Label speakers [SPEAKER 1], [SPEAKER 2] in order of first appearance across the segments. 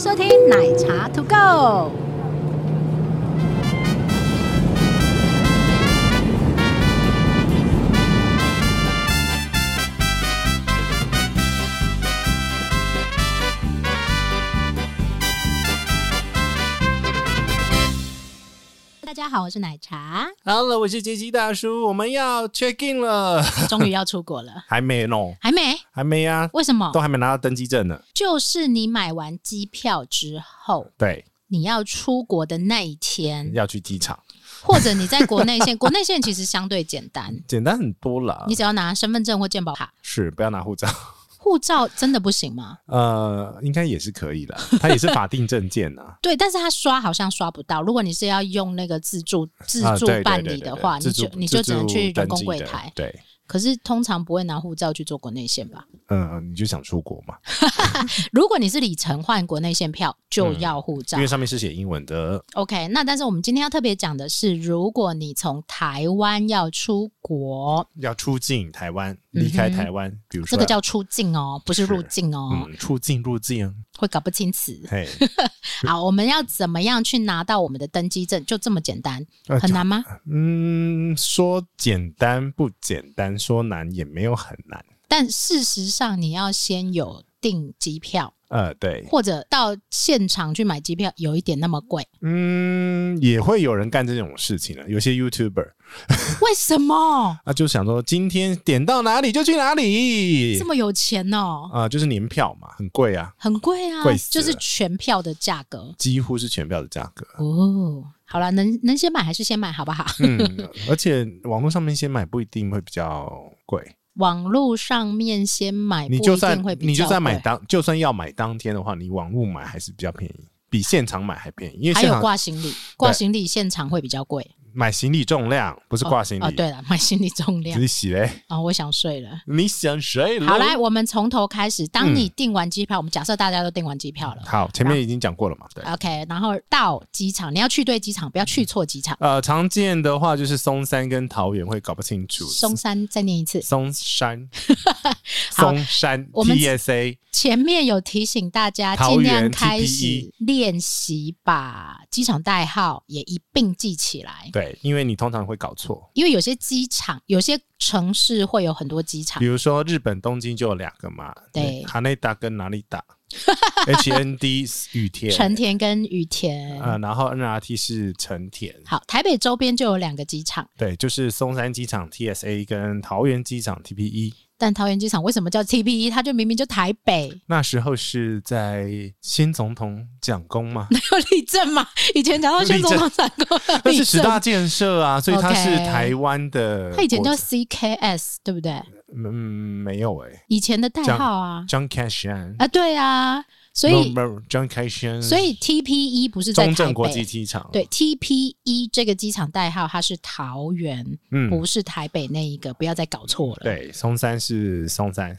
[SPEAKER 1] 收听奶茶 To Go。大家好，我是奶茶，
[SPEAKER 2] Hello，我是杰西大叔，我们要 check in 了，
[SPEAKER 1] 终于要出国了，
[SPEAKER 2] 还没呢，
[SPEAKER 1] 还没？
[SPEAKER 2] 还没啊，
[SPEAKER 1] 为什么
[SPEAKER 2] 都？还没拿到登机证呢。
[SPEAKER 1] 就是你买完机票之后，
[SPEAKER 2] 对，
[SPEAKER 1] 你要出国的那一天，
[SPEAKER 2] 要去机场，
[SPEAKER 1] 或者你在国内线， 国内线其实相对简单，
[SPEAKER 2] 简单很多啦
[SPEAKER 1] 你。只要拿身份证或健保卡。
[SPEAKER 2] 是，不要拿护照，
[SPEAKER 1] 护照真的不行吗？。
[SPEAKER 2] 呃，应该也是可以的，它也是法定证件啊
[SPEAKER 1] 对，但是他刷好像刷不到。如果你是要用那个自助 自
[SPEAKER 2] 啊
[SPEAKER 1] 助
[SPEAKER 2] 对对
[SPEAKER 1] 办
[SPEAKER 2] 对
[SPEAKER 1] 理
[SPEAKER 2] 对
[SPEAKER 1] 的
[SPEAKER 2] 对
[SPEAKER 1] 话，
[SPEAKER 2] 自
[SPEAKER 1] 你就
[SPEAKER 2] 助
[SPEAKER 1] 你就只能去
[SPEAKER 2] 自助
[SPEAKER 1] 人
[SPEAKER 2] 登
[SPEAKER 1] 工
[SPEAKER 2] 记
[SPEAKER 1] 柜
[SPEAKER 2] 的
[SPEAKER 1] 台。
[SPEAKER 2] 对，
[SPEAKER 1] 可是通常不会拿护照去做国内线吧？
[SPEAKER 2] 嗯、你就想出国嘛，
[SPEAKER 1] 如果你是里程换国内线票，就要护照
[SPEAKER 2] 因为。上面是写英文的，
[SPEAKER 1] OK，那但是我们今天要特别讲的是，如果你从台湾要出国，
[SPEAKER 2] 要出境台湾，离开
[SPEAKER 1] 嗯哼
[SPEAKER 2] 台湾，比如
[SPEAKER 1] 这
[SPEAKER 2] 说
[SPEAKER 1] 个叫出境哦，不是
[SPEAKER 2] 是
[SPEAKER 1] 入境哦，
[SPEAKER 2] 嗯，出境入境，啊
[SPEAKER 1] 会搞不清词。
[SPEAKER 2] 嘿，
[SPEAKER 1] 好，我们要怎么样去拿到我们的登机证？就这么简单，
[SPEAKER 2] 呃
[SPEAKER 1] 很难吗？
[SPEAKER 2] 嗯，说简单不简单，说难也没有很难。
[SPEAKER 1] 但事实上，你要先有订机票，
[SPEAKER 2] 呃，对，
[SPEAKER 1] 或者到现场去买机票，有一点那么 贵，
[SPEAKER 2] 嗯，也会有人干这种事情了。有些 YouTuber
[SPEAKER 1] 为什么
[SPEAKER 2] 啊，就想说今天点到哪里就去哪里
[SPEAKER 1] 这，么有钱哦？
[SPEAKER 2] 啊、就是年票嘛，很贵啊，
[SPEAKER 1] 很贵啊
[SPEAKER 2] 贵，死
[SPEAKER 1] 就是
[SPEAKER 2] 了
[SPEAKER 1] 全票的价格。
[SPEAKER 2] 几乎是全票的价格
[SPEAKER 1] 哦。好了，能能先买还是先买，好不好？
[SPEAKER 2] 嗯，而且网络上面先买不一定会比较贵，
[SPEAKER 1] 网络上面先买，
[SPEAKER 2] 你
[SPEAKER 1] 哎不
[SPEAKER 2] 就
[SPEAKER 1] 一
[SPEAKER 2] 算
[SPEAKER 1] 定会比较
[SPEAKER 2] 你就算买
[SPEAKER 1] 贵
[SPEAKER 2] 当就算要买当天的话，你网络买还是比较便宜，比现场买还便宜，因为
[SPEAKER 1] 还
[SPEAKER 2] 现
[SPEAKER 1] 有
[SPEAKER 2] 场
[SPEAKER 1] 挂行李，挂行李现场会比较贵。
[SPEAKER 2] 买行李重量不是挂行李，
[SPEAKER 1] 哦，对了，买行李重量
[SPEAKER 2] 你洗嘞，
[SPEAKER 1] 啊、哦，我想睡了。
[SPEAKER 2] 你想谁了？
[SPEAKER 1] 好，来，，我们从头开始。当
[SPEAKER 2] 嗯
[SPEAKER 1] 你订完机票，我们假设大家都订完机票了
[SPEAKER 2] 好，前面已经讲过了嗯嘛，对。
[SPEAKER 1] ，OK，然后到机场，你要去对机场，不要去错机场。
[SPEAKER 2] 呃，常见的话就是松山跟桃园会搞不清楚，
[SPEAKER 1] 松山再念一次，
[SPEAKER 2] 松山，
[SPEAKER 1] 好
[SPEAKER 2] 松山
[SPEAKER 1] 我们
[SPEAKER 2] TSA
[SPEAKER 1] 前面有提醒大家
[SPEAKER 2] 桃
[SPEAKER 1] 尽
[SPEAKER 2] 园 E
[SPEAKER 1] 量开
[SPEAKER 2] TPE
[SPEAKER 1] 始练习，把机场代号也一并记起来，
[SPEAKER 2] 对，因为你通常会搞错，
[SPEAKER 1] 因为有些机场、有些城市会有很多机场
[SPEAKER 2] 比。如说日本东京就有两个嘛，
[SPEAKER 1] 对
[SPEAKER 2] 哈内达跟哪里 达，HND 羽田，
[SPEAKER 1] 成田跟羽田，
[SPEAKER 2] 呃，然后 NRT 是成田，
[SPEAKER 1] 好，台北周边就有两个机场，
[SPEAKER 2] 对，就是松山机场 TSA 跟桃园机场 E TPE。
[SPEAKER 1] 但桃园机场为什么叫 TPE？它就明明就台北，
[SPEAKER 2] 那时候是在先总统蒋公吗？
[SPEAKER 1] 有 立正嘛？以前讲到宣总统长过
[SPEAKER 2] 那
[SPEAKER 1] 立
[SPEAKER 2] 是十
[SPEAKER 1] 正，
[SPEAKER 2] 大建设啊，所以它是
[SPEAKER 1] OK
[SPEAKER 2] 台湾的国。
[SPEAKER 1] 他以前叫 CKS 对不对？
[SPEAKER 2] 嗯没有哎、
[SPEAKER 1] 以前的代号啊
[SPEAKER 2] John Cashin，
[SPEAKER 1] 啊，对啊，所以
[SPEAKER 2] John Cashin，
[SPEAKER 1] 所以 TPE 不是在
[SPEAKER 2] 中
[SPEAKER 1] 台
[SPEAKER 2] 正国际
[SPEAKER 1] 北。
[SPEAKER 2] 机场，
[SPEAKER 1] 对 TPE 这个机场代号，它是桃园，
[SPEAKER 2] 嗯
[SPEAKER 1] 不是台北那一个，不要再搞错了。，
[SPEAKER 2] 对，松山是 松山，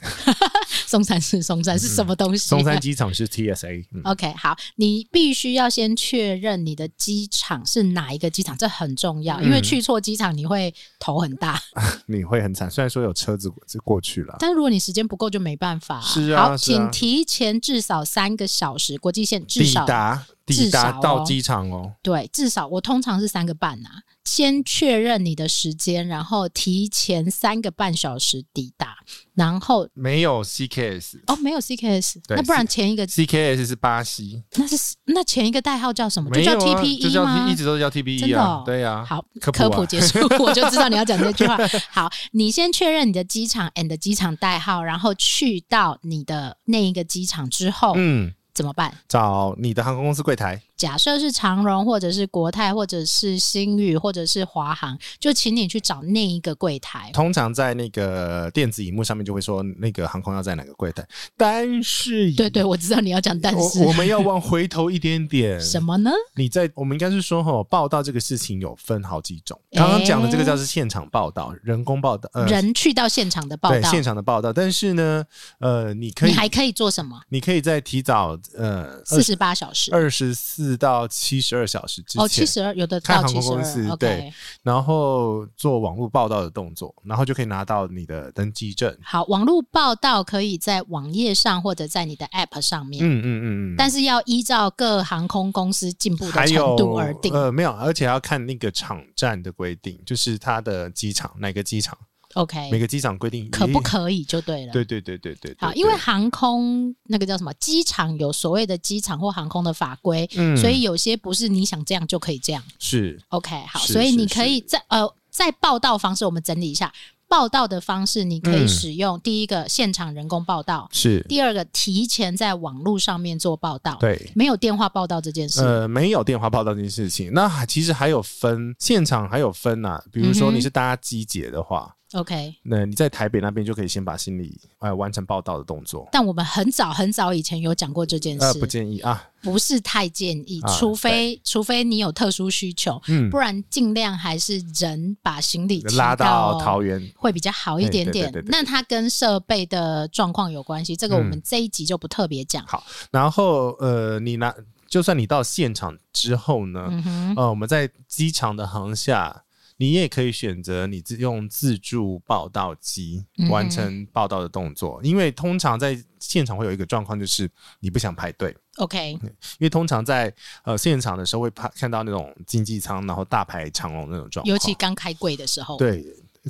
[SPEAKER 1] 松山是松山是什么东西？
[SPEAKER 2] 嗯松山机场是 TSA，嗯，
[SPEAKER 1] OK，好，你必须要先确认你的机场是哪一个机场，这很重要，因为
[SPEAKER 2] 嗯
[SPEAKER 1] 去错机场你会头很大。
[SPEAKER 2] 你会很惨。虽然说有车子过去了，
[SPEAKER 1] 但如果你时间不够，就没办法。
[SPEAKER 2] 是啊
[SPEAKER 1] 好，
[SPEAKER 2] 是啊
[SPEAKER 1] 请提前至少三个小时，国际线至
[SPEAKER 2] 抵
[SPEAKER 1] 少
[SPEAKER 2] 达
[SPEAKER 1] 至
[SPEAKER 2] 抵
[SPEAKER 1] 少
[SPEAKER 2] 达到
[SPEAKER 1] 哦
[SPEAKER 2] 机场哦，
[SPEAKER 1] 对，至少我通常是三个半啊。先确认你的时间，然后提前三个半小时抵达，然后
[SPEAKER 2] 没有 CKS。
[SPEAKER 1] 哦，没有 CKS，
[SPEAKER 2] 对
[SPEAKER 1] 那不然前一个
[SPEAKER 2] CKS 是巴西，
[SPEAKER 1] 那是那前一个代号叫什么？就
[SPEAKER 2] 没有
[SPEAKER 1] 叫
[SPEAKER 2] 啊，就
[SPEAKER 1] TPE
[SPEAKER 2] 叫
[SPEAKER 1] 吗？
[SPEAKER 2] 一直都叫
[SPEAKER 1] 真
[SPEAKER 2] TPE
[SPEAKER 1] 的哦
[SPEAKER 2] 啊，对啊。
[SPEAKER 1] 好，
[SPEAKER 2] 科普
[SPEAKER 1] 科
[SPEAKER 2] 啊
[SPEAKER 1] 普结 束，我就知道你要讲这句话。好，你先确认你的机场 and 机场代号，然后去到你的那一个机场之后、
[SPEAKER 2] 嗯，
[SPEAKER 1] 怎么办？
[SPEAKER 2] 找你的航空公司柜台，
[SPEAKER 1] 假设是长荣或者是国泰或者是星宇或者是华航，就请你去找那一个柜台。
[SPEAKER 2] 通常在那个电子荧幕上面就会说那个航空要在哪个柜台，但是
[SPEAKER 1] 对对，我知道你要讲，但
[SPEAKER 2] 我我
[SPEAKER 1] 是
[SPEAKER 2] 们要往回头一点 点。
[SPEAKER 1] 什么呢？
[SPEAKER 2] 你在我们应该是说哈，报道这个事情有分好几种。刚刚讲的这个叫是现场报道、人工报道，呃，
[SPEAKER 1] 人去到现场的报
[SPEAKER 2] 对
[SPEAKER 1] 道，
[SPEAKER 2] 现场的报道。但是呢，呃，你可
[SPEAKER 1] 你
[SPEAKER 2] 以
[SPEAKER 1] 还可以做什么？
[SPEAKER 2] 你可以在提早呃
[SPEAKER 1] 四十八小时。
[SPEAKER 2] 二十四四到七十二小时之
[SPEAKER 1] 哦，
[SPEAKER 2] 前
[SPEAKER 1] 七，十二有的
[SPEAKER 2] 看
[SPEAKER 1] 到
[SPEAKER 2] 航
[SPEAKER 1] 七
[SPEAKER 2] 空
[SPEAKER 1] 十
[SPEAKER 2] 公司
[SPEAKER 1] 二
[SPEAKER 2] 对
[SPEAKER 1] ，OK，
[SPEAKER 2] 然后做网络报道的动作，然后就可以拿到你的登机证。
[SPEAKER 1] 好，网络报道可以在网页上或者在你的 App 上面，
[SPEAKER 2] 嗯嗯嗯嗯。
[SPEAKER 1] 但是要依照各航空公司进步
[SPEAKER 2] 还
[SPEAKER 1] 的
[SPEAKER 2] 有
[SPEAKER 1] 程度而定。
[SPEAKER 2] 呃，没有，而且要看那个场站的规定，就是它的机场哪个机场，每
[SPEAKER 1] OK，
[SPEAKER 2] 个机场规定
[SPEAKER 1] 可不
[SPEAKER 2] 一定？
[SPEAKER 1] 可以就对了。
[SPEAKER 2] 对对对对对对。
[SPEAKER 1] 好，
[SPEAKER 2] 对
[SPEAKER 1] 因为航空那个叫什么机场有所谓的机场或航空的法规，
[SPEAKER 2] 嗯，
[SPEAKER 1] 所以有些不是你想这样就可以这样。
[SPEAKER 2] 是
[SPEAKER 1] OK，好，
[SPEAKER 2] 是
[SPEAKER 1] 所以
[SPEAKER 2] 是
[SPEAKER 1] 你可以在呃在报道方式，我们整理一下报道的方式，你可以
[SPEAKER 2] 嗯
[SPEAKER 1] 使用第一个现场人工报道，
[SPEAKER 2] 是，
[SPEAKER 1] 第二个提前在网络上面做报道，
[SPEAKER 2] 对。
[SPEAKER 1] 没有电话报道这件事。
[SPEAKER 2] 呃，没有电话报道这件事情，那还其实还有分现场还有分呐、比如说
[SPEAKER 1] 嗯哼
[SPEAKER 2] 你是搭机姐的话，
[SPEAKER 1] OK，
[SPEAKER 2] 那你在台北那边就可以先把行李呃完成报道的动作。
[SPEAKER 1] 但我们很早很早以前有讲过这件事，
[SPEAKER 2] 呃，不建议啊，
[SPEAKER 1] 不是太建议，
[SPEAKER 2] 啊
[SPEAKER 1] 除非除非你有特殊需求，
[SPEAKER 2] 嗯
[SPEAKER 1] 不，然尽量还是人把行李提
[SPEAKER 2] 拉到
[SPEAKER 1] 到
[SPEAKER 2] 桃园，
[SPEAKER 1] 会比较好一点点
[SPEAKER 2] 哎对对嗯对。对
[SPEAKER 1] 那它跟设备的状况有关系，这个我们这一集就不特别讲。
[SPEAKER 2] 然后呃，你拿，就算你到现场之后呢，
[SPEAKER 1] 嗯哼，
[SPEAKER 2] 呃，我们在机场的航厦，你也可以选择你自用自助报到机
[SPEAKER 1] 嗯哼
[SPEAKER 2] 完成报到的动作，因为通常在现场会有一个状况，就是你不想排队，
[SPEAKER 1] OK，
[SPEAKER 2] 因为通常在呃现场的时候会怕看到那种经济舱，然后大排长龙那种状况，
[SPEAKER 1] 尤其刚开柜的时候，
[SPEAKER 2] 对。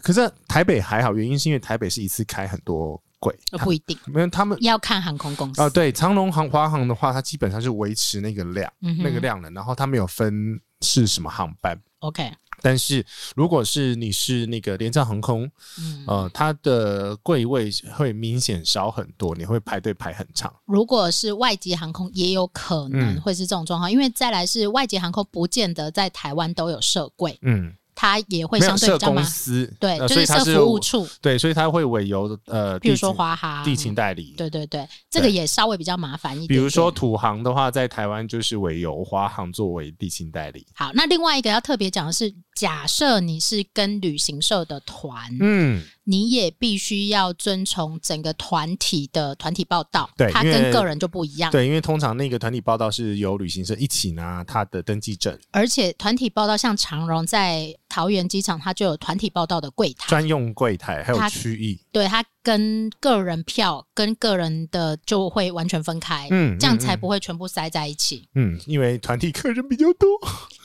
[SPEAKER 2] 可是台北还好，原因是因为台北是一次开很多柜，
[SPEAKER 1] 呃不一 定
[SPEAKER 2] 没有他们
[SPEAKER 1] 要看航空公司
[SPEAKER 2] 啊、对，长隆航、华航的话，它基本上是维持那个量、
[SPEAKER 1] 嗯哼
[SPEAKER 2] 那个量的，然后它没有分是什么航班。
[SPEAKER 1] OK，
[SPEAKER 2] 但是如果是你是那个廉价航空，
[SPEAKER 1] 嗯，
[SPEAKER 2] 呃，它的柜位会明显少很多，你会排队排很长。
[SPEAKER 1] 如果是外籍航空，也有可能
[SPEAKER 2] 嗯
[SPEAKER 1] 会是这种状况，因为再来是外籍航空不见得在台湾都有设柜，
[SPEAKER 2] 嗯，
[SPEAKER 1] 它也会
[SPEAKER 2] 没有
[SPEAKER 1] 相对
[SPEAKER 2] 设
[SPEAKER 1] 比较麻
[SPEAKER 2] 公司，
[SPEAKER 1] 对，
[SPEAKER 2] 呃
[SPEAKER 1] 就
[SPEAKER 2] 所以它
[SPEAKER 1] 设
[SPEAKER 2] 是
[SPEAKER 1] 服务处，
[SPEAKER 2] 对，所以它会委由呃，
[SPEAKER 1] 比如
[SPEAKER 2] 地
[SPEAKER 1] 说
[SPEAKER 2] 勤
[SPEAKER 1] 华航、
[SPEAKER 2] 地勤代理。
[SPEAKER 1] 对对对，这个也稍微比较麻烦一点点。
[SPEAKER 2] 比如说土航的话，在台湾就是委由华航作为地勤代理。
[SPEAKER 1] 好，那另外一个要特别讲的是，假设你是跟旅行社的团，
[SPEAKER 2] 嗯，
[SPEAKER 1] 你也必须要遵从整个团体的团体报道，
[SPEAKER 2] 对
[SPEAKER 1] 它
[SPEAKER 2] 因为
[SPEAKER 1] 跟个人就不一样。
[SPEAKER 2] 对，因为通常那个团体报道是由旅行社一起拿他的登记证，
[SPEAKER 1] 而且团体报道，像长荣在桃园机场，它就有团体报道的柜台，
[SPEAKER 2] 专用柜台还
[SPEAKER 1] 他
[SPEAKER 2] 有区域，
[SPEAKER 1] 对它跟个人票跟个人的就会完全分开，
[SPEAKER 2] 嗯，
[SPEAKER 1] 这样
[SPEAKER 2] 嗯
[SPEAKER 1] 才不会全部塞在一起。
[SPEAKER 2] 嗯，嗯因为团体客人比较多，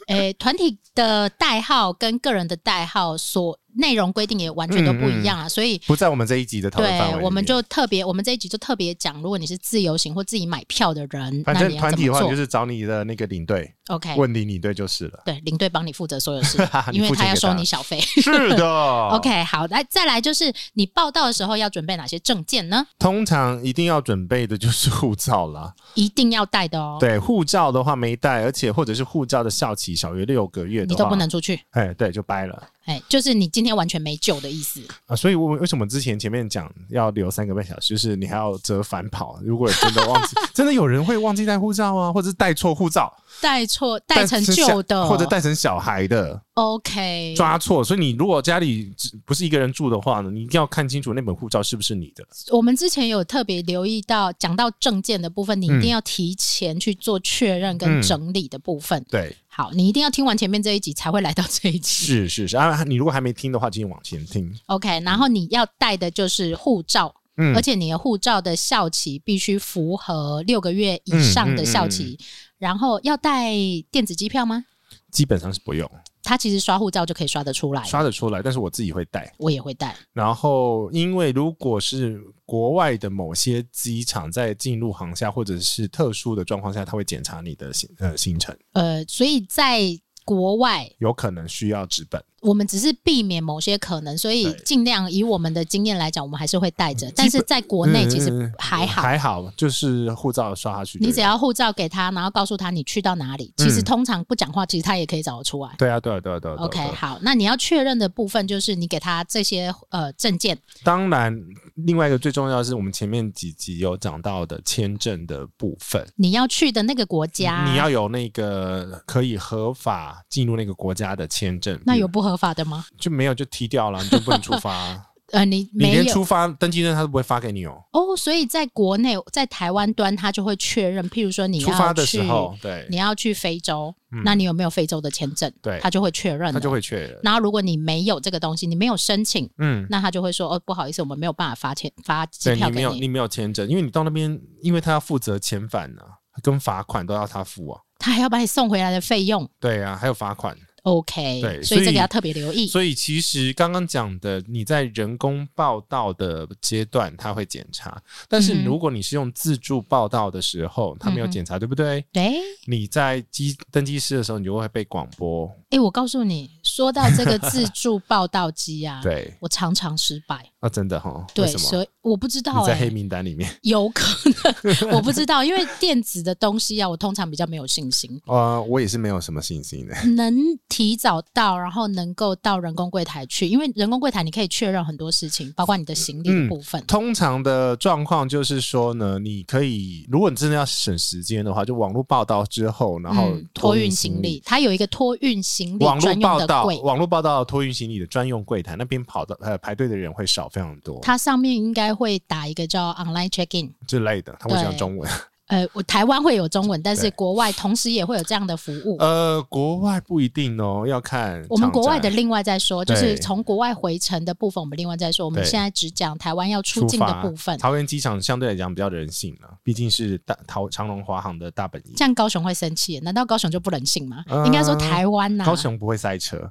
[SPEAKER 1] 诶，团体的代号跟个人的代号所内容规定也完全都不一样啊，所以
[SPEAKER 2] 不在我们这一集的嗯讨论范围里
[SPEAKER 1] 对，
[SPEAKER 2] 面。
[SPEAKER 1] 我们就特别，我们这一集就特别讲，如果你是自由行或自己买票的人，
[SPEAKER 2] 反
[SPEAKER 1] 那
[SPEAKER 2] 正
[SPEAKER 1] 你要
[SPEAKER 2] 团
[SPEAKER 1] 怎
[SPEAKER 2] 体的
[SPEAKER 1] 么
[SPEAKER 2] 话，你
[SPEAKER 1] 做哎
[SPEAKER 2] 就是找你的那个领队，
[SPEAKER 1] ？OK，
[SPEAKER 2] 问你领队就是 了。，
[SPEAKER 1] 对，领队帮你负责所有事 因为
[SPEAKER 2] 你付钱
[SPEAKER 1] 他要
[SPEAKER 2] 给
[SPEAKER 1] 收
[SPEAKER 2] 他
[SPEAKER 1] 你小费。
[SPEAKER 2] 是的
[SPEAKER 1] OK，好，来再来就是你报到的时候要准备哪些证件呢？
[SPEAKER 2] 通常一定要准备的就是护照啦。
[SPEAKER 1] 一定要带的哦，
[SPEAKER 2] 对，护照的话没带，而且或者是护照的效期小于六个月的话，
[SPEAKER 1] 你都不。能出去，
[SPEAKER 2] 哎，对，就掰了
[SPEAKER 1] 哎，就是你今天完全没救的意思。
[SPEAKER 2] 啊！所以我为什么之前前面讲要留三个半小时，就是你还要折返跑。如果真的忘记， 真的有人会忘记带护照啊，或者是带错护照，
[SPEAKER 1] 带错带成旧
[SPEAKER 2] 带
[SPEAKER 1] 的，
[SPEAKER 2] 或者带成小孩的，
[SPEAKER 1] OK，
[SPEAKER 2] 抓错，所以你如果家里只不是一个人住的话呢，你一定要看清楚那本护照是不是你的。
[SPEAKER 1] 我们之前有特别留意到，讲到证件的部分，你一定要提前去做确认跟
[SPEAKER 2] 嗯
[SPEAKER 1] 整理的部分。
[SPEAKER 2] 对，
[SPEAKER 1] 好，你一定要听完前面这一集才会来到这一集。
[SPEAKER 2] 是是是啊，你如果还没听的话，请你往前听。
[SPEAKER 1] OK，然后你要带的就是护照，
[SPEAKER 2] 嗯
[SPEAKER 1] 而且你的护照的效期必须符合六个月
[SPEAKER 2] 嗯
[SPEAKER 1] 以上的效期。然后要带电子机票吗？
[SPEAKER 2] 基本上是不用
[SPEAKER 1] 它其实刷护照就可以刷得出来，
[SPEAKER 2] 刷得出来，但是我自己会带。
[SPEAKER 1] 我也会带。
[SPEAKER 2] 然后，因为如果是国外的某些机场在进入航厦或者是特殊的状况下，他会检查你的行呃行程，
[SPEAKER 1] 呃，所以在国外，
[SPEAKER 2] 有可能需要纸本。
[SPEAKER 1] 我们只是避免某些可能，所以
[SPEAKER 2] 对嗯
[SPEAKER 1] 尽量以我们的经验来讲，我们还是会带着。但是在国
[SPEAKER 2] 国
[SPEAKER 1] 内其实还好，
[SPEAKER 2] 嗯还好，就是护照刷下去就有。
[SPEAKER 1] 你只要护照给他，然后告诉他你去到哪里，其实通常不讲话，其实他也可以找得出来。
[SPEAKER 2] 嗯对啊，对啊，对啊，对啊。对啊
[SPEAKER 1] OK，好，那你要确认的部分就是你给他这些呃证件，
[SPEAKER 2] 当然，另外一个最重要的是我们前面几集有讲到的签证的部分，
[SPEAKER 1] 你要去的那个国家，
[SPEAKER 2] 你要有那个可以合法进入那个国家的签证。
[SPEAKER 1] 那有
[SPEAKER 2] 比
[SPEAKER 1] 不合法的吗？
[SPEAKER 2] 如就没有就踢掉了，你就不能出发啊、
[SPEAKER 1] 呃，你
[SPEAKER 2] 你
[SPEAKER 1] 没
[SPEAKER 2] 连
[SPEAKER 1] 有
[SPEAKER 2] 出发登记证他都不会发给你哦。
[SPEAKER 1] 哦，所以在国内，在台湾端，他就会确认，譬如说你
[SPEAKER 2] 出发
[SPEAKER 1] 要
[SPEAKER 2] 的
[SPEAKER 1] 去
[SPEAKER 2] 时，候，对
[SPEAKER 1] 你要去非洲，
[SPEAKER 2] 嗯
[SPEAKER 1] 那你有没有非洲的签证？
[SPEAKER 2] 对
[SPEAKER 1] 他就会确认
[SPEAKER 2] 他
[SPEAKER 1] 了。
[SPEAKER 2] 就会确认。
[SPEAKER 1] 然后如果你没有这个东西，你没有申请，
[SPEAKER 2] 嗯，
[SPEAKER 1] 那他就会说哦，不好意思，我们没有办法发钱发机
[SPEAKER 2] 对
[SPEAKER 1] 票
[SPEAKER 2] 你
[SPEAKER 1] 给
[SPEAKER 2] 没有你没有签证，因为你到那边，因为他要负责遣返啊，跟罚款都要他付啊。
[SPEAKER 1] 他还要把你送回来的费用。
[SPEAKER 2] 对啊，还有罚款。
[SPEAKER 1] OK，
[SPEAKER 2] 对
[SPEAKER 1] 所以这
[SPEAKER 2] 所以
[SPEAKER 1] 个要特别留意。
[SPEAKER 2] 所以其实刚刚讲的，你在人工报到的阶段，他会检查；但
[SPEAKER 1] 嗯
[SPEAKER 2] 是
[SPEAKER 1] 哼
[SPEAKER 2] 如果你是用自助报到的时候，他没有
[SPEAKER 1] 嗯哼
[SPEAKER 2] 检查，对不对？
[SPEAKER 1] 对，
[SPEAKER 2] 你在机登机室的时候，你就会被广播。
[SPEAKER 1] 哎，我告诉你，说到这个自助报道机啊，
[SPEAKER 2] 对
[SPEAKER 1] 我常常失败。
[SPEAKER 2] 啊，真的哈，
[SPEAKER 1] 对，
[SPEAKER 2] 为什么？
[SPEAKER 1] 所以我不知道
[SPEAKER 2] 你在黑
[SPEAKER 1] 哎，
[SPEAKER 2] 名单里面。
[SPEAKER 1] 有可能我不知道，因为电子的东西啊，我通常比较没有信心。
[SPEAKER 2] 呃，我也是没有什么信心的。
[SPEAKER 1] 能提早到，然后能够到人工柜台去，因为人工柜台你可以确认很多事情，包括你的行李的
[SPEAKER 2] 嗯
[SPEAKER 1] 部分。
[SPEAKER 2] 通常的状况就是说呢，你可以，如果你真的要省时间的话，就网络报道之后，然后
[SPEAKER 1] 嗯托运
[SPEAKER 2] 行
[SPEAKER 1] 行李，。它有一个托运行李
[SPEAKER 2] 网络
[SPEAKER 1] 专用
[SPEAKER 2] 报
[SPEAKER 1] 的
[SPEAKER 2] 道，
[SPEAKER 1] 柜，
[SPEAKER 2] 网络报道托运行李的专用柜台那边跑的呃排队的人会少非常多
[SPEAKER 1] 它上面应该会打一个叫 online check in。
[SPEAKER 2] 之类的，他会讲中文。
[SPEAKER 1] 呃，我台湾会有中文，但是
[SPEAKER 2] 对
[SPEAKER 1] 国外同时也会有这样的服务。
[SPEAKER 2] 呃，国外不一定哦，要看
[SPEAKER 1] 我们
[SPEAKER 2] 场
[SPEAKER 1] 国外的
[SPEAKER 2] 站
[SPEAKER 1] 另外再说，就
[SPEAKER 2] 对
[SPEAKER 1] 是从国外回程的部分，我们另外再说。我们
[SPEAKER 2] 对
[SPEAKER 1] 现在只讲台湾要出
[SPEAKER 2] 出
[SPEAKER 1] 境的
[SPEAKER 2] 发
[SPEAKER 1] 部分，
[SPEAKER 2] 桃园机场相对来讲比较人性了，毕竟是大桃长荣华航的大本营
[SPEAKER 1] 这。样高雄会生气？难道高雄就不人性吗？
[SPEAKER 2] 呃
[SPEAKER 1] 应该说台湾呐、
[SPEAKER 2] 高雄不会塞车，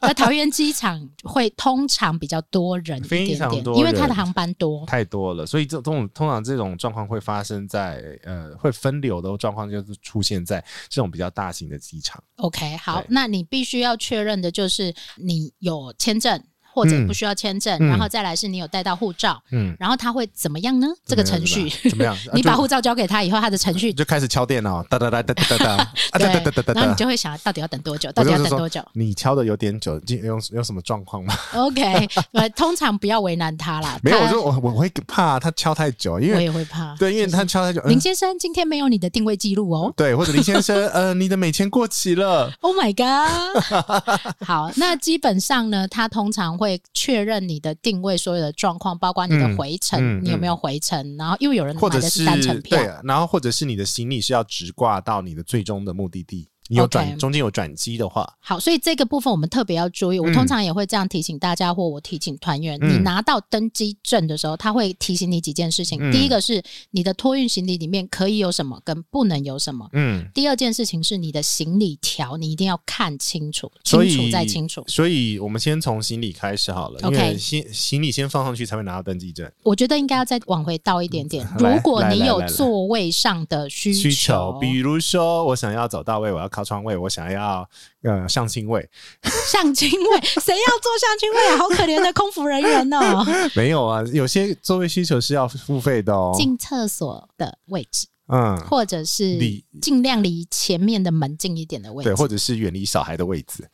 [SPEAKER 1] 那桃园机场会通常比较多人一点
[SPEAKER 2] 非常
[SPEAKER 1] 点，
[SPEAKER 2] 多
[SPEAKER 1] 因为它的
[SPEAKER 2] 人
[SPEAKER 1] 航班多。
[SPEAKER 2] 太多了，所以这这种通常这种状况会发生在呃会分流的状况，就是出现在这种比较大型的机场。
[SPEAKER 1] OK，好
[SPEAKER 2] 对，
[SPEAKER 1] 那你必须要确认的就是你有签证。或者
[SPEAKER 2] 嗯
[SPEAKER 1] 不需要签证，
[SPEAKER 2] 嗯
[SPEAKER 1] 然后再来是你有带到护照，
[SPEAKER 2] 嗯，
[SPEAKER 1] 然后他会怎么样呢？这个程序，
[SPEAKER 2] 怎么样？怎么样
[SPEAKER 1] 你
[SPEAKER 2] 啊
[SPEAKER 1] 把
[SPEAKER 2] 就
[SPEAKER 1] 护照交给他以后，他的程序
[SPEAKER 2] 就开始敲电脑，哒哒哒哒哒哒 哒，啊
[SPEAKER 1] 对
[SPEAKER 2] 哒哒哒哒，
[SPEAKER 1] 然后
[SPEAKER 2] 哒
[SPEAKER 1] 你
[SPEAKER 2] 哒。
[SPEAKER 1] 就会想到底要等多久，到底要
[SPEAKER 2] 我
[SPEAKER 1] 等
[SPEAKER 2] 就是说
[SPEAKER 1] 多久
[SPEAKER 2] 你敲的有点久，今有有什么状况 吗？
[SPEAKER 1] ？OK，呃，通常不要为难他啦，
[SPEAKER 2] 没有，
[SPEAKER 1] 他
[SPEAKER 2] 我就我我会怕他敲太久，因
[SPEAKER 1] 我
[SPEAKER 2] 为
[SPEAKER 1] 也会怕，
[SPEAKER 2] 对，因为
[SPEAKER 1] 就是
[SPEAKER 2] 他敲太久，嗯
[SPEAKER 1] 林先生今天没有你的定位记录哦。
[SPEAKER 2] 对，或者林先生，呃，你的美签过期了，
[SPEAKER 1] Oh my god！好，那基本上呢，他通常会确认你的定位所有的状况，包括你的
[SPEAKER 2] 嗯
[SPEAKER 1] 回程，
[SPEAKER 2] 嗯
[SPEAKER 1] 你有没有回程，然后因为有人
[SPEAKER 2] 或
[SPEAKER 1] 买
[SPEAKER 2] 者
[SPEAKER 1] 的
[SPEAKER 2] 是
[SPEAKER 1] 单程票
[SPEAKER 2] 对，，啊然后或者是你的行李是要直挂到你的最终的目的地，你有
[SPEAKER 1] OK
[SPEAKER 2] 转中间有转机的话，
[SPEAKER 1] 好，所以这个部分我们特别要注意。我
[SPEAKER 2] 嗯
[SPEAKER 1] 通常也会这样提醒大家，或我提醒团员，
[SPEAKER 2] 嗯
[SPEAKER 1] 你拿到登机证的时候，他会提醒你几件事情。
[SPEAKER 2] 嗯
[SPEAKER 1] 第一个是你的托运行李里面可以有什么，跟不能有什么。
[SPEAKER 2] 嗯，
[SPEAKER 1] 第二件事情是你的行李条，你一定要看清楚，
[SPEAKER 2] 所
[SPEAKER 1] 清
[SPEAKER 2] 以
[SPEAKER 1] 楚再清楚。
[SPEAKER 2] 所以我们先从行李开始好了
[SPEAKER 1] OK
[SPEAKER 2] 因为行行李先放上去才会拿到登记证。
[SPEAKER 1] 我觉得应该要再往回倒一点点。如
[SPEAKER 2] 来
[SPEAKER 1] 果
[SPEAKER 2] 来
[SPEAKER 1] 你
[SPEAKER 2] 来
[SPEAKER 1] 有
[SPEAKER 2] 来来
[SPEAKER 1] 座位上的需
[SPEAKER 2] 需求，比如说我想要走到位，我要靠窗位，我想要呃上清位，
[SPEAKER 1] 上清位，谁要坐上清位啊？好可怜的空服人员哦。
[SPEAKER 2] 没有啊，有些座位需求是要付费的哦。
[SPEAKER 1] 进厕所的位置，
[SPEAKER 2] 嗯，
[SPEAKER 1] 或者是
[SPEAKER 2] 离
[SPEAKER 1] 尽量离前面的门近一点的位置
[SPEAKER 2] 对，，或者是远离小孩的位置，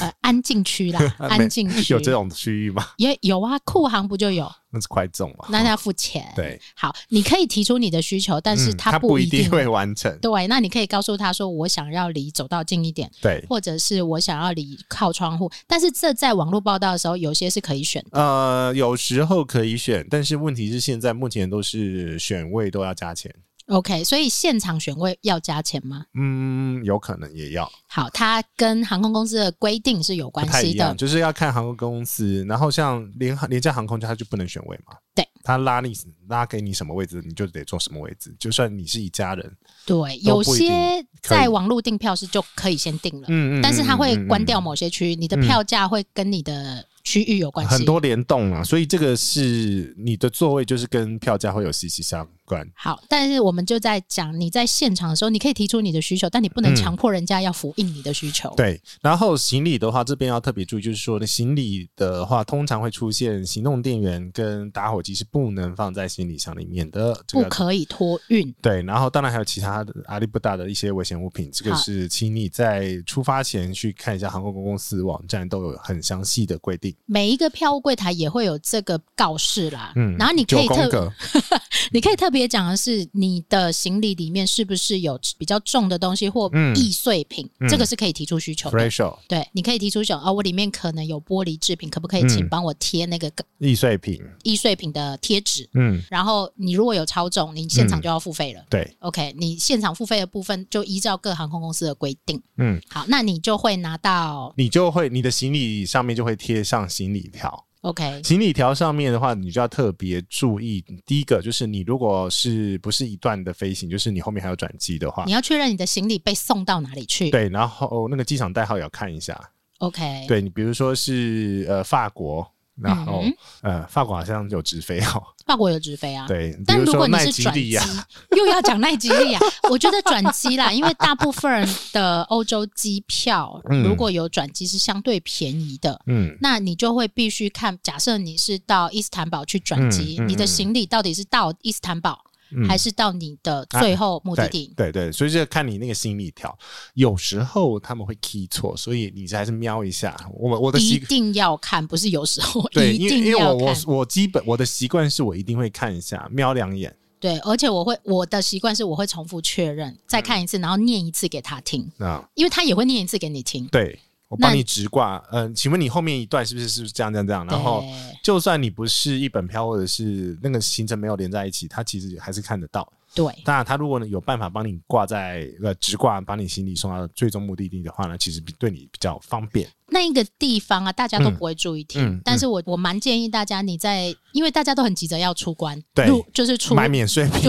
[SPEAKER 1] 呃，安静区啦，
[SPEAKER 2] 没
[SPEAKER 1] 安静区
[SPEAKER 2] 有这种区域吗？
[SPEAKER 1] 也有啊，库航不就有？
[SPEAKER 2] 那是快中嘛。
[SPEAKER 1] 那要付钱。
[SPEAKER 2] 对，
[SPEAKER 1] 好，你可以提出你的需求，但是
[SPEAKER 2] 嗯他
[SPEAKER 1] 不
[SPEAKER 2] 一
[SPEAKER 1] 定,、
[SPEAKER 2] 定会完成。
[SPEAKER 1] 对，那你可以告诉他说，我想要离走道近一点，
[SPEAKER 2] 对，
[SPEAKER 1] 或者是我想要离靠窗户。但是这在网络报道的时候，有些是可以选的。
[SPEAKER 2] 呃，有时候可以选，但是问题是现在目前都是选位都要加钱。
[SPEAKER 1] OK，所以现场选位要加钱吗？
[SPEAKER 2] 嗯，有可能也要。
[SPEAKER 1] 好，它跟航空公司的规定是有关
[SPEAKER 2] 不太
[SPEAKER 1] 系
[SPEAKER 2] 一
[SPEAKER 1] 的
[SPEAKER 2] 样，。就是要看航空公司。然后像廉航廉价航空，它就不能选位嘛。
[SPEAKER 1] 对，
[SPEAKER 2] 他拉你拉给你什么位置，你就得坐什么位置。就算你是一家人，
[SPEAKER 1] 对，
[SPEAKER 2] 都
[SPEAKER 1] 有
[SPEAKER 2] 不一定
[SPEAKER 1] 些
[SPEAKER 2] 可以
[SPEAKER 1] 在网络订票是就可以先订了，
[SPEAKER 2] 嗯
[SPEAKER 1] 但是它会关掉
[SPEAKER 2] 嘛，
[SPEAKER 1] 某些区域，你的
[SPEAKER 2] 嗯
[SPEAKER 1] 票价会跟你的区域有关系。
[SPEAKER 2] 很多联动啊，所以这个是你的座位就是跟票价会有息息相关。
[SPEAKER 1] 好，但是我们就在讲，你在现场的时候，你可以提出你的需求，但你不能
[SPEAKER 2] 嗯
[SPEAKER 1] 强迫人家要服应你的需求。
[SPEAKER 2] 对，然后行李的话，这边要特别注意，就是说，行李的话，通常会出现行动电源跟打火机是不能放在行李箱里面的，这
[SPEAKER 1] 不
[SPEAKER 2] 个
[SPEAKER 1] 可以托运。
[SPEAKER 2] 对，然后当然还有其他的阿里不达的一些危险物品，这个
[SPEAKER 1] 好
[SPEAKER 2] 是请你在出发前去看一下航空公司网站，都有很详细的规定。
[SPEAKER 1] 每一个票务柜台也会有这个告示啦。
[SPEAKER 2] 嗯，
[SPEAKER 1] 然后你可以
[SPEAKER 2] 九宫
[SPEAKER 1] 特
[SPEAKER 2] 格，
[SPEAKER 1] 你可以特别讲的是，你的行李里面是不是有比较重的东西或
[SPEAKER 2] 嗯
[SPEAKER 1] 易碎品，
[SPEAKER 2] 嗯
[SPEAKER 1] 这个是可以提出需求的。
[SPEAKER 2] threshold
[SPEAKER 1] 对，你可以提出需求啊，我里面可能有玻璃制品，可不可以请
[SPEAKER 2] 嗯
[SPEAKER 1] 帮我贴那个
[SPEAKER 2] 易碎品，
[SPEAKER 1] 易碎品的贴纸？
[SPEAKER 2] 嗯，
[SPEAKER 1] 然后你如果有超重，你现场就要付费了。
[SPEAKER 2] 对，
[SPEAKER 1] OK，你现场付费的部分就依照各航空公司的规定。
[SPEAKER 2] 嗯，
[SPEAKER 1] 好，那你就会拿到
[SPEAKER 2] 你就会你的行李上面就会贴上行李条，
[SPEAKER 1] OK，
[SPEAKER 2] 行李条上面的话，你就要特别注意，第一个就是你如果是不是一段的飞行，就是你后面还有转机的话
[SPEAKER 1] 你。要确认你的行李被送到哪里去。
[SPEAKER 2] 对，然后那个机场代号也要看一下。
[SPEAKER 1] ，OK，
[SPEAKER 2] 对你，比如说是呃法国，然后、
[SPEAKER 1] 嗯
[SPEAKER 2] 呃法国好像有直飞哦。
[SPEAKER 1] 法国有直飞啊。
[SPEAKER 2] 对，比
[SPEAKER 1] 但如
[SPEAKER 2] 说
[SPEAKER 1] 果你
[SPEAKER 2] 奈
[SPEAKER 1] 是
[SPEAKER 2] 及
[SPEAKER 1] 转
[SPEAKER 2] 利
[SPEAKER 1] 机
[SPEAKER 2] 亚，，
[SPEAKER 1] 又要讲奈及利 亚，我觉得转机啦，因为大部分人的欧洲机票
[SPEAKER 2] 嗯
[SPEAKER 1] 如果有转机是相对便宜的。
[SPEAKER 2] 嗯，
[SPEAKER 1] 那你就会必须看，假设你是到伊斯坦堡去转机，
[SPEAKER 2] 嗯嗯
[SPEAKER 1] 你的行李到底是到伊斯坦堡，
[SPEAKER 2] 嗯
[SPEAKER 1] 还是到你的最后目的地？
[SPEAKER 2] 对对对，所以就看你那个行李条，有时候他们会 key 错，所以你还是瞄一下。我啊们我的
[SPEAKER 1] 一
[SPEAKER 2] 习
[SPEAKER 1] 定要看，不是有时候
[SPEAKER 2] 对，
[SPEAKER 1] 一
[SPEAKER 2] 因为
[SPEAKER 1] 定
[SPEAKER 2] 因为
[SPEAKER 1] 要
[SPEAKER 2] 我
[SPEAKER 1] 看
[SPEAKER 2] 我。我基本我的习惯是我一定会看一下，瞄两眼，
[SPEAKER 1] 对，而且我会我的习惯是我会重复确认，
[SPEAKER 2] 嗯
[SPEAKER 1] 再看一次，然后念一次给他听，
[SPEAKER 2] 啊，
[SPEAKER 1] 因为他也会念一次给你听。
[SPEAKER 2] 对我
[SPEAKER 1] 那
[SPEAKER 2] 帮你直挂。嗯、请问你后面一段是不是是不是这样这样这样？然后就算你不是一本票或者是那个行程没有连在一起，它其实还是看得到。
[SPEAKER 1] 对对
[SPEAKER 2] 当然，他如果呢有办法帮你挂在呃直挂，把你行李送到最终目的地的话呢，其实比对你比较方便。
[SPEAKER 1] 那一个地方啊，大家都
[SPEAKER 2] 嗯
[SPEAKER 1] 不会注意听，
[SPEAKER 2] 嗯嗯
[SPEAKER 1] 但是我我蛮建议大家你在，因为大家都很急着要出关，
[SPEAKER 2] 对
[SPEAKER 1] 入就是出
[SPEAKER 2] 买免税品，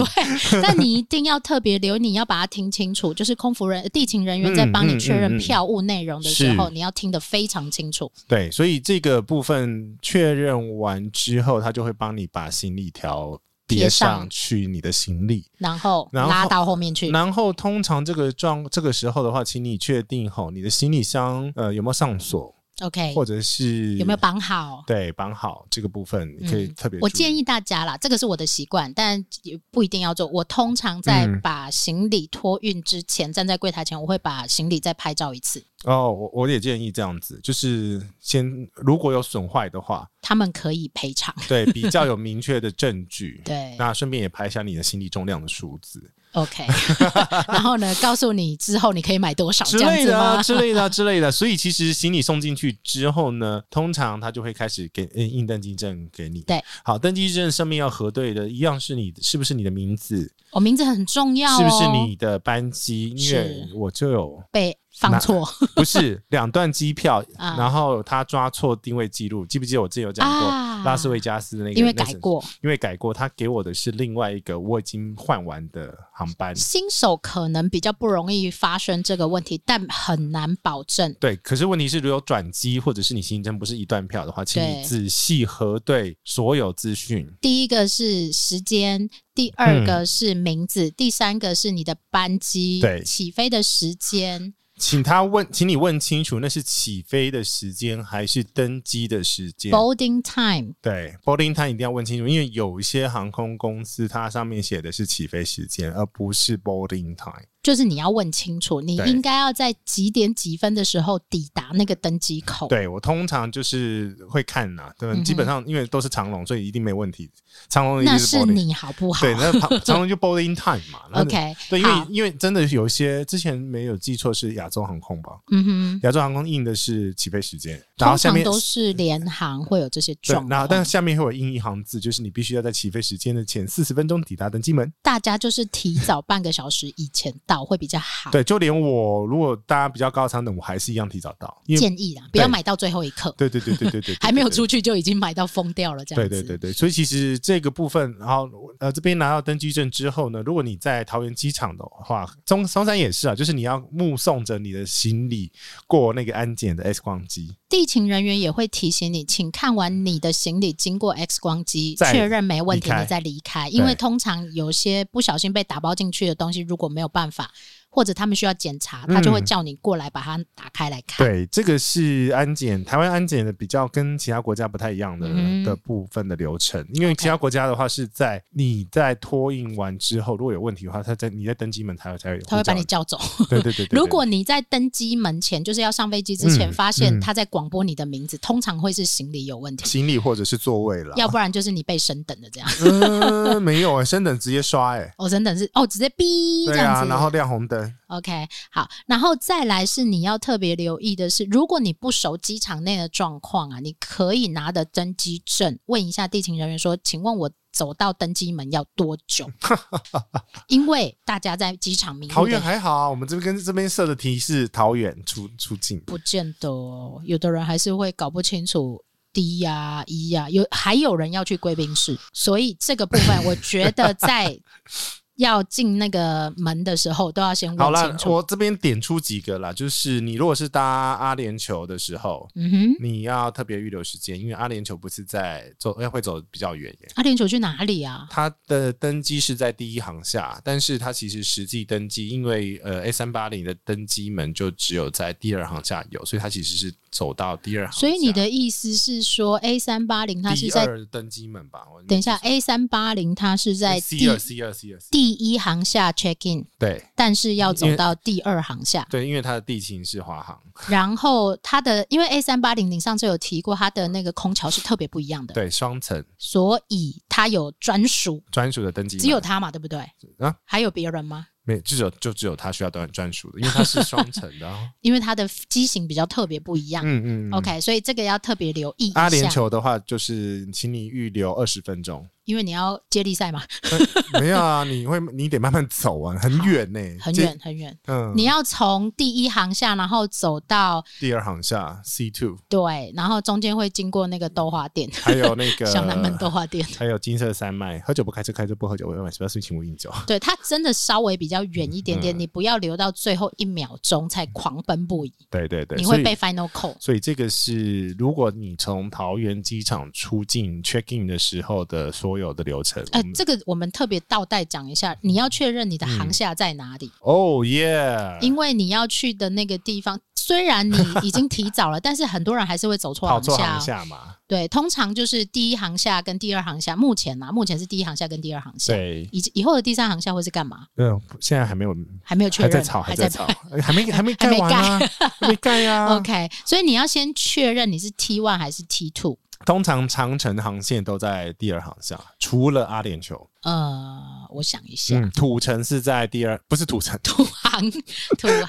[SPEAKER 1] 对，但你一定要特别留意，你要把它听清楚。就是空服人、地勤人员在帮你确
[SPEAKER 2] 嗯嗯
[SPEAKER 1] 认
[SPEAKER 2] 嗯嗯
[SPEAKER 1] 票务内容的时候，
[SPEAKER 2] 嗯是
[SPEAKER 1] 你要听得非常清楚。
[SPEAKER 2] 对，所以这个部分确认完之后，他就会帮你把行李条
[SPEAKER 1] 贴
[SPEAKER 2] 叠
[SPEAKER 1] 上
[SPEAKER 2] 上去你的行李。
[SPEAKER 1] 然后
[SPEAKER 2] 然后
[SPEAKER 1] 拉到后面去。
[SPEAKER 2] 然后通常这个状这个时候的话，请你确定吼你的行李箱呃有没有上锁，
[SPEAKER 1] OK，
[SPEAKER 2] 或者是
[SPEAKER 1] 有没有绑好？
[SPEAKER 2] 对绑好这个部分，你可以
[SPEAKER 1] 嗯
[SPEAKER 2] 特别、
[SPEAKER 1] 我建
[SPEAKER 2] 议。
[SPEAKER 1] 议大家啦，这个是我的习惯，但也不一定要做。我通常在
[SPEAKER 2] 嗯
[SPEAKER 1] 把行李托运之前，站在柜台前，我会把行李再拍照一次。
[SPEAKER 2] 哦，我我也建议这样子，就是先如果有损坏的话，
[SPEAKER 1] 他们可以赔偿，。
[SPEAKER 2] 对比较有明确的证据
[SPEAKER 1] 对
[SPEAKER 2] 那顺便也拍一下你的行李重量的数字
[SPEAKER 1] ，OK。然后呢，告诉你之后你可以买多少
[SPEAKER 2] 之
[SPEAKER 1] 这样
[SPEAKER 2] 类
[SPEAKER 1] 子
[SPEAKER 2] 的啊、
[SPEAKER 1] 吗？
[SPEAKER 2] 之类的啊、之类的。所以其实行李送进去之后呢，通常他就会开始给呃印登记证给你。
[SPEAKER 1] 对，
[SPEAKER 2] 好，登记证上面要核对的一样是你是不是你的名字，
[SPEAKER 1] 我、名字很重要、哦，
[SPEAKER 2] 是不是你的班机？因为
[SPEAKER 1] 是
[SPEAKER 2] 我就有
[SPEAKER 1] 被放
[SPEAKER 2] 那
[SPEAKER 1] 错？
[SPEAKER 2] 不是两段机票，
[SPEAKER 1] 啊
[SPEAKER 2] 然后他抓错定位记录，记不记得我之前有讲过、
[SPEAKER 1] 啊
[SPEAKER 2] 拉斯维加斯那个？
[SPEAKER 1] 因为
[SPEAKER 2] 那是
[SPEAKER 1] 改过，
[SPEAKER 2] 因为改过，他给我的是另外一个我已经换完的航班。
[SPEAKER 1] 新手可能比较不容易发生这个问题，但很难保证。
[SPEAKER 2] 对，可是问题是，如果有转机或者是你行程不是一段票的话，请
[SPEAKER 1] 对
[SPEAKER 2] 你仔细核对所有资讯。
[SPEAKER 1] 第一个是时间，第二个是名字，第三个是你的班机
[SPEAKER 2] 嗯对
[SPEAKER 1] 起飞的时间。
[SPEAKER 2] 请他问，请你问清楚，那是起飞的时间还是登机的时间？
[SPEAKER 1] Boarding time，
[SPEAKER 2] 对，boarding time 一定要问清楚，因为有一些航空公司它上面写的是起飞时间，而不是 boarding time。
[SPEAKER 1] 就是你要问清楚，你
[SPEAKER 2] 对
[SPEAKER 1] 应该要在几点几分的时候抵达那个登机口。
[SPEAKER 2] 对我通常就是会看呐、对吧，
[SPEAKER 1] 嗯哼
[SPEAKER 2] 基本上因为都是长龙，所以一定没问题。长龙一
[SPEAKER 1] 那
[SPEAKER 2] 定是
[SPEAKER 1] 是
[SPEAKER 2] boarding，
[SPEAKER 1] 你好不好
[SPEAKER 2] 对，那长长龙就 boarding time 嘛。那
[SPEAKER 1] ？OK，
[SPEAKER 2] 对，因为
[SPEAKER 1] 好，
[SPEAKER 2] 因为真的有一些之前没有记错是亚洲航空吧，
[SPEAKER 1] 嗯哼，
[SPEAKER 2] 亚洲航空印的是起飞时间，然后
[SPEAKER 1] 通
[SPEAKER 2] 下
[SPEAKER 1] 常
[SPEAKER 2] 面
[SPEAKER 1] 都是联航会有这些
[SPEAKER 2] 对
[SPEAKER 1] 状，
[SPEAKER 2] 然后
[SPEAKER 1] 况。
[SPEAKER 2] 但是下面会有印一行字，就是你必须要在起飞时间的前四十分钟抵达登机门。
[SPEAKER 1] 大家就是提早半个小时以前到会比较好。
[SPEAKER 2] 对，就连我如果大家比较高的长等，我还是一样提早到，因为
[SPEAKER 1] 建议啦，不要
[SPEAKER 2] 对
[SPEAKER 1] 买到最后一刻，
[SPEAKER 2] 对对对对对 对对，
[SPEAKER 1] 还没有
[SPEAKER 2] 对
[SPEAKER 1] 出。去就已经买到疯掉了，这样
[SPEAKER 2] 对
[SPEAKER 1] 子。
[SPEAKER 2] 对对对，所以其实这个部分，然后呃这边拿到登机证之后呢，如果你在桃园机场的话，中松山也是啊，就是你要目送着你的行李过那个安检的 X 光机，
[SPEAKER 1] 地勤人员也会提醒你，请看完你的行李，经过 X 光机
[SPEAKER 2] 再
[SPEAKER 1] 确认没问题，
[SPEAKER 2] 离开
[SPEAKER 1] 你再离开。因为通常有些不小心被打包进去的东西，如果没有办法或者他们需要检查，他就会叫你过来把它打开来看。
[SPEAKER 2] 嗯对，这个是安检，台湾安检的比较跟其他国家不太一样的、
[SPEAKER 1] 嗯
[SPEAKER 2] 的部分的流程，因为
[SPEAKER 1] OK
[SPEAKER 2] 其他国家的话是在你在托运完之后，如果有问题的话，他在你在登机门才会才会
[SPEAKER 1] 他会把
[SPEAKER 2] 呼
[SPEAKER 1] 你
[SPEAKER 2] 叫
[SPEAKER 1] 叫走。
[SPEAKER 2] 对对对对 对
[SPEAKER 1] 如果你在登机门前，就是要上飞机之前，
[SPEAKER 2] 嗯
[SPEAKER 1] 发现
[SPEAKER 2] 嗯
[SPEAKER 1] 他在广播你的名字，通常会是行李有问题，
[SPEAKER 2] 行李或者是啊座位了，
[SPEAKER 1] 要不然就是你被升等的这样。
[SPEAKER 2] 嗯，没有哎、升等直接刷哎、
[SPEAKER 1] 哦，升等是哦，直接哔 这
[SPEAKER 2] 对
[SPEAKER 1] 样
[SPEAKER 2] 啊，
[SPEAKER 1] 子。
[SPEAKER 2] 然后亮红灯，
[SPEAKER 1] OK，好，然后再来是你要特别留意的是，如果你不熟机场内的状况啊，你可以拿着登机证问一下地勤人员说：“请问我走到登机门要多 久？”因为大家在机场迷
[SPEAKER 2] 桃
[SPEAKER 1] 路
[SPEAKER 2] 园
[SPEAKER 1] 的
[SPEAKER 2] 还好啊，我们这边跟这边设的提示桃园出出境，
[SPEAKER 1] 不见得哦，有的人还是会搞不清楚。D 呀、E 呀、有还有人要去贵宾室，所以这个部分我觉得在要进那个门的时候都要先
[SPEAKER 2] 好
[SPEAKER 1] 问
[SPEAKER 2] 啦
[SPEAKER 1] 清，楚。
[SPEAKER 2] 我这边点出几个啦，就是你如果是搭阿联酋的时候，
[SPEAKER 1] 嗯哼，
[SPEAKER 2] 你要特别预留时间，因为阿联酋不是在走，要会走比较远耶。
[SPEAKER 1] 阿联酋去哪里啊？
[SPEAKER 2] 它的登机是在第一航下，但是它其实实际登机，因为呃 A 三八零的登机门就只有在第二航下有，所以它其实是走到第二航下。
[SPEAKER 1] 所以你的意思是说，A 三八零它是
[SPEAKER 2] 第
[SPEAKER 1] 在
[SPEAKER 2] 二登机门吧？我哎
[SPEAKER 1] 等一下，A 三八零它是在
[SPEAKER 2] C
[SPEAKER 1] 第
[SPEAKER 2] 二 C 二 C 二
[SPEAKER 1] 第一行下 check in，
[SPEAKER 2] 对
[SPEAKER 1] 但是要走到第二行下。
[SPEAKER 2] 对，因为它的地勤是华航，
[SPEAKER 1] 然后它的因为 A 三八零，你上次有提过，它的那个空桥是特别不一样的，
[SPEAKER 2] 对双层
[SPEAKER 1] 所以它有专属，
[SPEAKER 2] 专属的登机门，
[SPEAKER 1] 只有它嘛，对不对？
[SPEAKER 2] 啊
[SPEAKER 1] 还有别人吗？
[SPEAKER 2] 没有，就只有就只有它需要专专属的，因为它是双层 的、啊。
[SPEAKER 1] 因为它的机型比较特别不一样。
[SPEAKER 2] 嗯嗯嗯
[SPEAKER 1] OK，所以这个要特别留意一
[SPEAKER 2] 阿
[SPEAKER 1] 下，
[SPEAKER 2] 联酋的话，就是请你预留二十分钟。
[SPEAKER 1] 因为你要接力赛嘛，
[SPEAKER 2] 没有啊，你会你得慢慢走啊，很远呢、
[SPEAKER 1] 很
[SPEAKER 2] 这
[SPEAKER 1] 远。很远，
[SPEAKER 2] 嗯，
[SPEAKER 1] 你要从第一行下，然后走到
[SPEAKER 2] 第二行下 C two，
[SPEAKER 1] 对，然后中间会经过那个豆花店，
[SPEAKER 2] 还有那个
[SPEAKER 1] 小南门豆花店。
[SPEAKER 2] 还有金色山脉，喝酒不开车，开车不喝酒，未满十八岁请勿饮酒。
[SPEAKER 1] 对，它真的稍微比较远一点点，
[SPEAKER 2] 嗯
[SPEAKER 1] 你不要留到最后一秒钟才狂奔不已，
[SPEAKER 2] 对对对，
[SPEAKER 1] 你
[SPEAKER 2] 所
[SPEAKER 1] 会
[SPEAKER 2] 以
[SPEAKER 1] 被 final call。
[SPEAKER 2] 所以这个是，如果你从桃园机场出境 check in 的时候的所有的流程。
[SPEAKER 1] 哎、
[SPEAKER 2] 我们
[SPEAKER 1] 这个我们特别倒带讲一下，你要确认你的
[SPEAKER 2] 嗯
[SPEAKER 1] 航下在哪里，
[SPEAKER 2] 哦耶！
[SPEAKER 1] 因为你要去的那个地方，虽然你已经提早了，但 是很多人还是会走错
[SPEAKER 2] 跑
[SPEAKER 1] 航
[SPEAKER 2] 错
[SPEAKER 1] 下
[SPEAKER 2] 航
[SPEAKER 1] 哦。
[SPEAKER 2] 下嘛，
[SPEAKER 1] 对，通常就是第一航下跟第二航下，目前啊，目前是第一航下跟第二航下，
[SPEAKER 2] 对，
[SPEAKER 1] 以及以后的第三航下会是干嘛？
[SPEAKER 2] 嗯，现在还没有，
[SPEAKER 1] 还没有确
[SPEAKER 2] 还
[SPEAKER 1] 认，
[SPEAKER 2] 在吵，还在吵，哎还没还没盖
[SPEAKER 1] 还没
[SPEAKER 2] 完啊，还没盖 啊。
[SPEAKER 1] OK，所以你要先确认你是 T one 还是 T two。
[SPEAKER 2] 通常长城航线都在第二航下，除了阿联酋，
[SPEAKER 1] 呃，我想一下，
[SPEAKER 2] 嗯，土城是在第二，不是土城，
[SPEAKER 1] 土航，土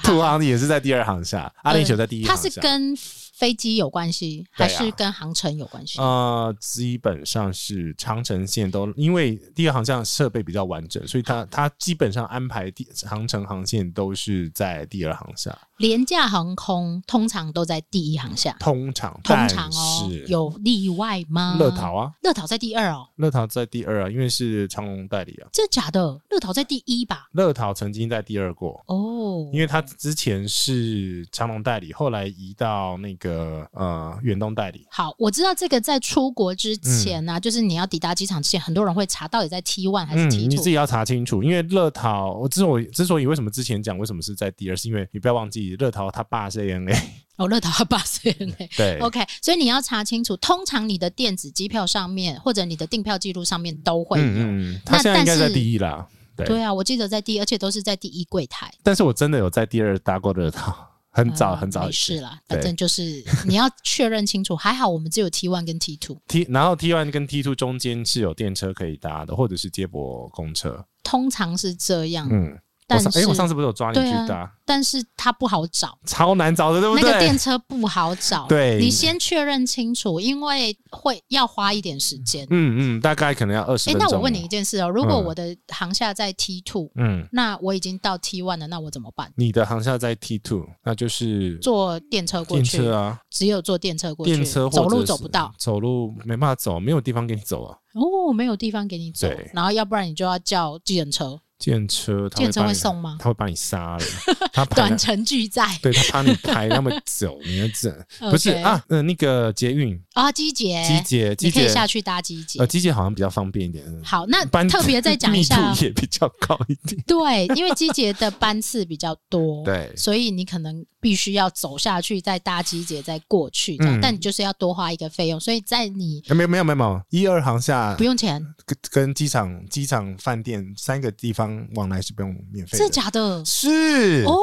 [SPEAKER 2] 土
[SPEAKER 1] 航，呃
[SPEAKER 2] 航也是在第二航下，阿联酋在第一
[SPEAKER 1] 嗯它
[SPEAKER 2] 航
[SPEAKER 1] 是
[SPEAKER 2] 下。
[SPEAKER 1] 跟飞机有关系，
[SPEAKER 2] 对
[SPEAKER 1] 还
[SPEAKER 2] 啊
[SPEAKER 1] 是跟航程有关系？
[SPEAKER 2] 呃，基本上是长城线都，因为第二航线设备比较完整，所以它它基本上安排第长城航线都是在第二航下，
[SPEAKER 1] 廉价航空通常都在第一航下，
[SPEAKER 2] 通常
[SPEAKER 1] 通常哦
[SPEAKER 2] 但，是
[SPEAKER 1] 有嗯例外吗？
[SPEAKER 2] 乐桃，啊，
[SPEAKER 1] 乐桃在第二哦，
[SPEAKER 2] 乐桃在第二啊，因为是长隆代理啊，
[SPEAKER 1] 这假的，乐桃在第一吧？
[SPEAKER 2] 乐桃曾经在第二过。
[SPEAKER 1] 哦
[SPEAKER 2] 因，为他之前是长隆代理，后来移到那个呃远东代理，
[SPEAKER 1] 好，我知道这个在出国之前
[SPEAKER 2] 嗯
[SPEAKER 1] 呢、就是你要抵达机场之前，很多人会查到底在 T one 还是 T
[SPEAKER 2] 嗯你
[SPEAKER 1] two、
[SPEAKER 2] 自己要查清楚，因为乐桃，我之所以之所以为什么之前讲为什么是在第二，是因为你不要忘记乐桃他爸是 ANA，
[SPEAKER 1] 哦，乐桃八岁内。
[SPEAKER 2] 对
[SPEAKER 1] OK，所以你要查清楚，通常你的电子机票上面或者你的订票记录上面都会有。
[SPEAKER 2] 嗯嗯，
[SPEAKER 1] 那
[SPEAKER 2] 他现在应该
[SPEAKER 1] 但
[SPEAKER 2] 在
[SPEAKER 1] 是
[SPEAKER 2] 第一啦，对，
[SPEAKER 1] 对啊，我记得在第，而且都是在第一柜台。
[SPEAKER 2] 但是我真的有在第二搭过乐桃， 很早
[SPEAKER 1] 呃
[SPEAKER 2] 很早
[SPEAKER 1] 没
[SPEAKER 2] 以前
[SPEAKER 1] 事啦，反
[SPEAKER 2] 对
[SPEAKER 1] 正就是你要确认清楚。还好我们只有 T one 跟 T two，
[SPEAKER 2] T，然后 T one 跟 T two 中间是有电车可以搭的，或者是接驳公车，
[SPEAKER 1] 通常是这样，
[SPEAKER 2] 嗯，我
[SPEAKER 1] 但
[SPEAKER 2] 上哎，
[SPEAKER 1] 是
[SPEAKER 2] 我上次不是有抓你
[SPEAKER 1] 对
[SPEAKER 2] 去
[SPEAKER 1] 啊
[SPEAKER 2] 搭，
[SPEAKER 1] 但是它不好找。
[SPEAKER 2] 超难找的，对不
[SPEAKER 1] 那个
[SPEAKER 2] 对
[SPEAKER 1] 电？车不好找，
[SPEAKER 2] 对
[SPEAKER 1] 你先确认清楚，因为会要花一点时间。
[SPEAKER 2] 嗯嗯，大概可能要二十
[SPEAKER 1] 诶，
[SPEAKER 2] 分钟。
[SPEAKER 1] 那我问你一，件事哦，如果
[SPEAKER 2] 嗯
[SPEAKER 1] 我的航下在 T two，
[SPEAKER 2] 嗯，
[SPEAKER 1] 那我已经到 T one 了，那我怎么办？
[SPEAKER 2] 你的航校在 T two，那就是
[SPEAKER 1] 坐电车过
[SPEAKER 2] 电
[SPEAKER 1] 去，
[SPEAKER 2] 车啊，
[SPEAKER 1] 只有坐电车过去，
[SPEAKER 2] 电车或
[SPEAKER 1] 走路
[SPEAKER 2] 者
[SPEAKER 1] 走
[SPEAKER 2] 是
[SPEAKER 1] 不到，
[SPEAKER 2] 走路没办法走，没有地方给你走啊。
[SPEAKER 1] 哦，没有地方给你走
[SPEAKER 2] 对，
[SPEAKER 1] 然后要不然你就要叫计程车，
[SPEAKER 2] 电车，他
[SPEAKER 1] 电车
[SPEAKER 2] 把
[SPEAKER 1] 会
[SPEAKER 2] 你
[SPEAKER 1] 送吗
[SPEAKER 2] 他会把你杀 了，他把
[SPEAKER 1] 短
[SPEAKER 2] 你
[SPEAKER 1] 程拒 载
[SPEAKER 2] 对他把你排那么久，你要这不 是
[SPEAKER 1] OK
[SPEAKER 2] 啊？呃，那个捷运
[SPEAKER 1] 啊，机姐，
[SPEAKER 2] 机捷，机
[SPEAKER 1] 你可
[SPEAKER 2] 捷
[SPEAKER 1] 以下去搭机姐
[SPEAKER 2] 呃，。机捷好像比较方便一点。
[SPEAKER 1] 好，那
[SPEAKER 2] 班
[SPEAKER 1] 特别再讲一下
[SPEAKER 2] 密，度也比较高一 点。
[SPEAKER 1] 对，因为机捷的班次比较多，
[SPEAKER 2] 对
[SPEAKER 1] 所以你可能必须要走下去，再搭机捷，再过去这样，
[SPEAKER 2] 嗯
[SPEAKER 1] 但你就是要多花一个费用，所以在你
[SPEAKER 2] 呃没有没有没有没有，一二航厦
[SPEAKER 1] 不用钱，
[SPEAKER 2] 跟跟机场、机场饭店三个地方往来是不用免费
[SPEAKER 1] 是
[SPEAKER 2] 的，
[SPEAKER 1] 假的
[SPEAKER 2] 是
[SPEAKER 1] 哦，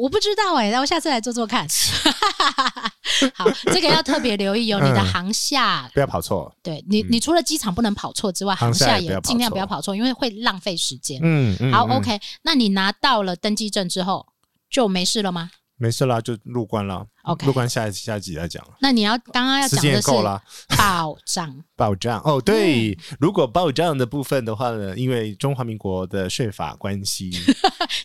[SPEAKER 1] 我不知道哎、那我下次来做做看。 好，这个要特别留意哦，
[SPEAKER 2] 嗯
[SPEAKER 1] 你的航厦。
[SPEAKER 2] 不要跑错。
[SPEAKER 1] 对你，你除了机场不能跑错之外，
[SPEAKER 2] 航
[SPEAKER 1] 航
[SPEAKER 2] 厦
[SPEAKER 1] 厦
[SPEAKER 2] 也不
[SPEAKER 1] 也
[SPEAKER 2] 要跑
[SPEAKER 1] 尽量不
[SPEAKER 2] 错
[SPEAKER 1] 要跑错，因为会浪费时间。
[SPEAKER 2] 嗯，嗯
[SPEAKER 1] 好
[SPEAKER 2] 嗯
[SPEAKER 1] ，OK，那你拿到了登记证之后就没事了吗？
[SPEAKER 2] 没事啦，就入关了。
[SPEAKER 1] OK
[SPEAKER 2] 入关下一下一集再讲了，
[SPEAKER 1] 那你要刚刚要
[SPEAKER 2] 时
[SPEAKER 1] 讲
[SPEAKER 2] 间
[SPEAKER 1] 的
[SPEAKER 2] 也
[SPEAKER 1] 是嗯
[SPEAKER 2] 够啦。
[SPEAKER 1] 保障，
[SPEAKER 2] 报账哦，对，如果报账的部分的话呢，因为中华民国的税法关 系，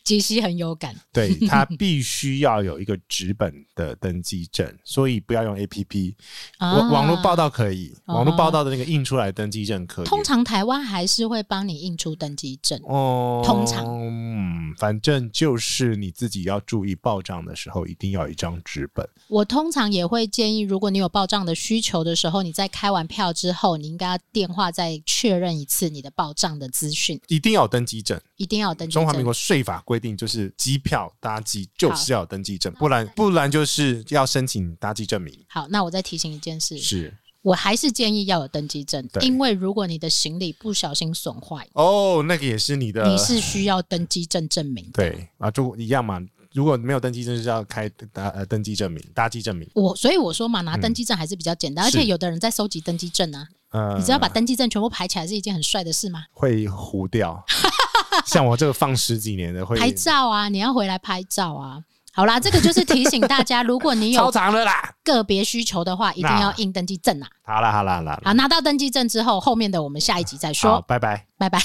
[SPEAKER 1] 杰西很有感，
[SPEAKER 2] 对它必须要有一个纸本的登记证，所以不要用 A P P，网
[SPEAKER 1] 啊
[SPEAKER 2] 网络报
[SPEAKER 1] 道。
[SPEAKER 2] 道可以，
[SPEAKER 1] 啊
[SPEAKER 2] 网络报道的那个印出来的登记证可以。
[SPEAKER 1] 通常台湾还是会帮你印出登记证，
[SPEAKER 2] 哦，
[SPEAKER 1] 通常
[SPEAKER 2] 嗯，反正就是你自己要注意报账的时候，一定要有一张纸本。
[SPEAKER 1] 我通常也会建议，如果你有报账的需求的时候，你在开完票之后，你应该要电话再确认一次你的报账的资讯，
[SPEAKER 2] 一定要有登记证。
[SPEAKER 1] 一定要有登记证。
[SPEAKER 2] 中华民国税法规定，就是机票搭机就是要有登记证，不然不然就是要申请搭机证明。
[SPEAKER 1] 好，那我再提醒一件事，
[SPEAKER 2] 是，
[SPEAKER 1] 我还是建议要有登记证，
[SPEAKER 2] 对
[SPEAKER 1] 因为如果你的行李不小心损坏，
[SPEAKER 2] 哦，那个也是你的，
[SPEAKER 1] 你是需要登记证证明的。
[SPEAKER 2] 对啊，就一样嘛。如果没有登记证，就是要开搭呃登记证明、搭机证明。
[SPEAKER 1] 我所以我说嘛，拿登记证还是比较简单，而
[SPEAKER 2] 嗯是
[SPEAKER 1] 且有的人在收集登记证啊，
[SPEAKER 2] 呃，
[SPEAKER 1] 你只要把登记证全部排起来是一件很帅的事吗？
[SPEAKER 2] 会糊掉， 像我这个放十几年的会
[SPEAKER 1] 拍照啊，你要回来拍照啊。好啦，这个就是提醒大家，如果你
[SPEAKER 2] 超
[SPEAKER 1] 有
[SPEAKER 2] 长的啦。
[SPEAKER 1] 个别需求的话，一定要印登记证啊。
[SPEAKER 2] 好啦好啦好啦，
[SPEAKER 1] 好，拿到登记证之后，后面的我们下一集再
[SPEAKER 2] 好，
[SPEAKER 1] 说，
[SPEAKER 2] 拜拜。
[SPEAKER 1] 拜拜。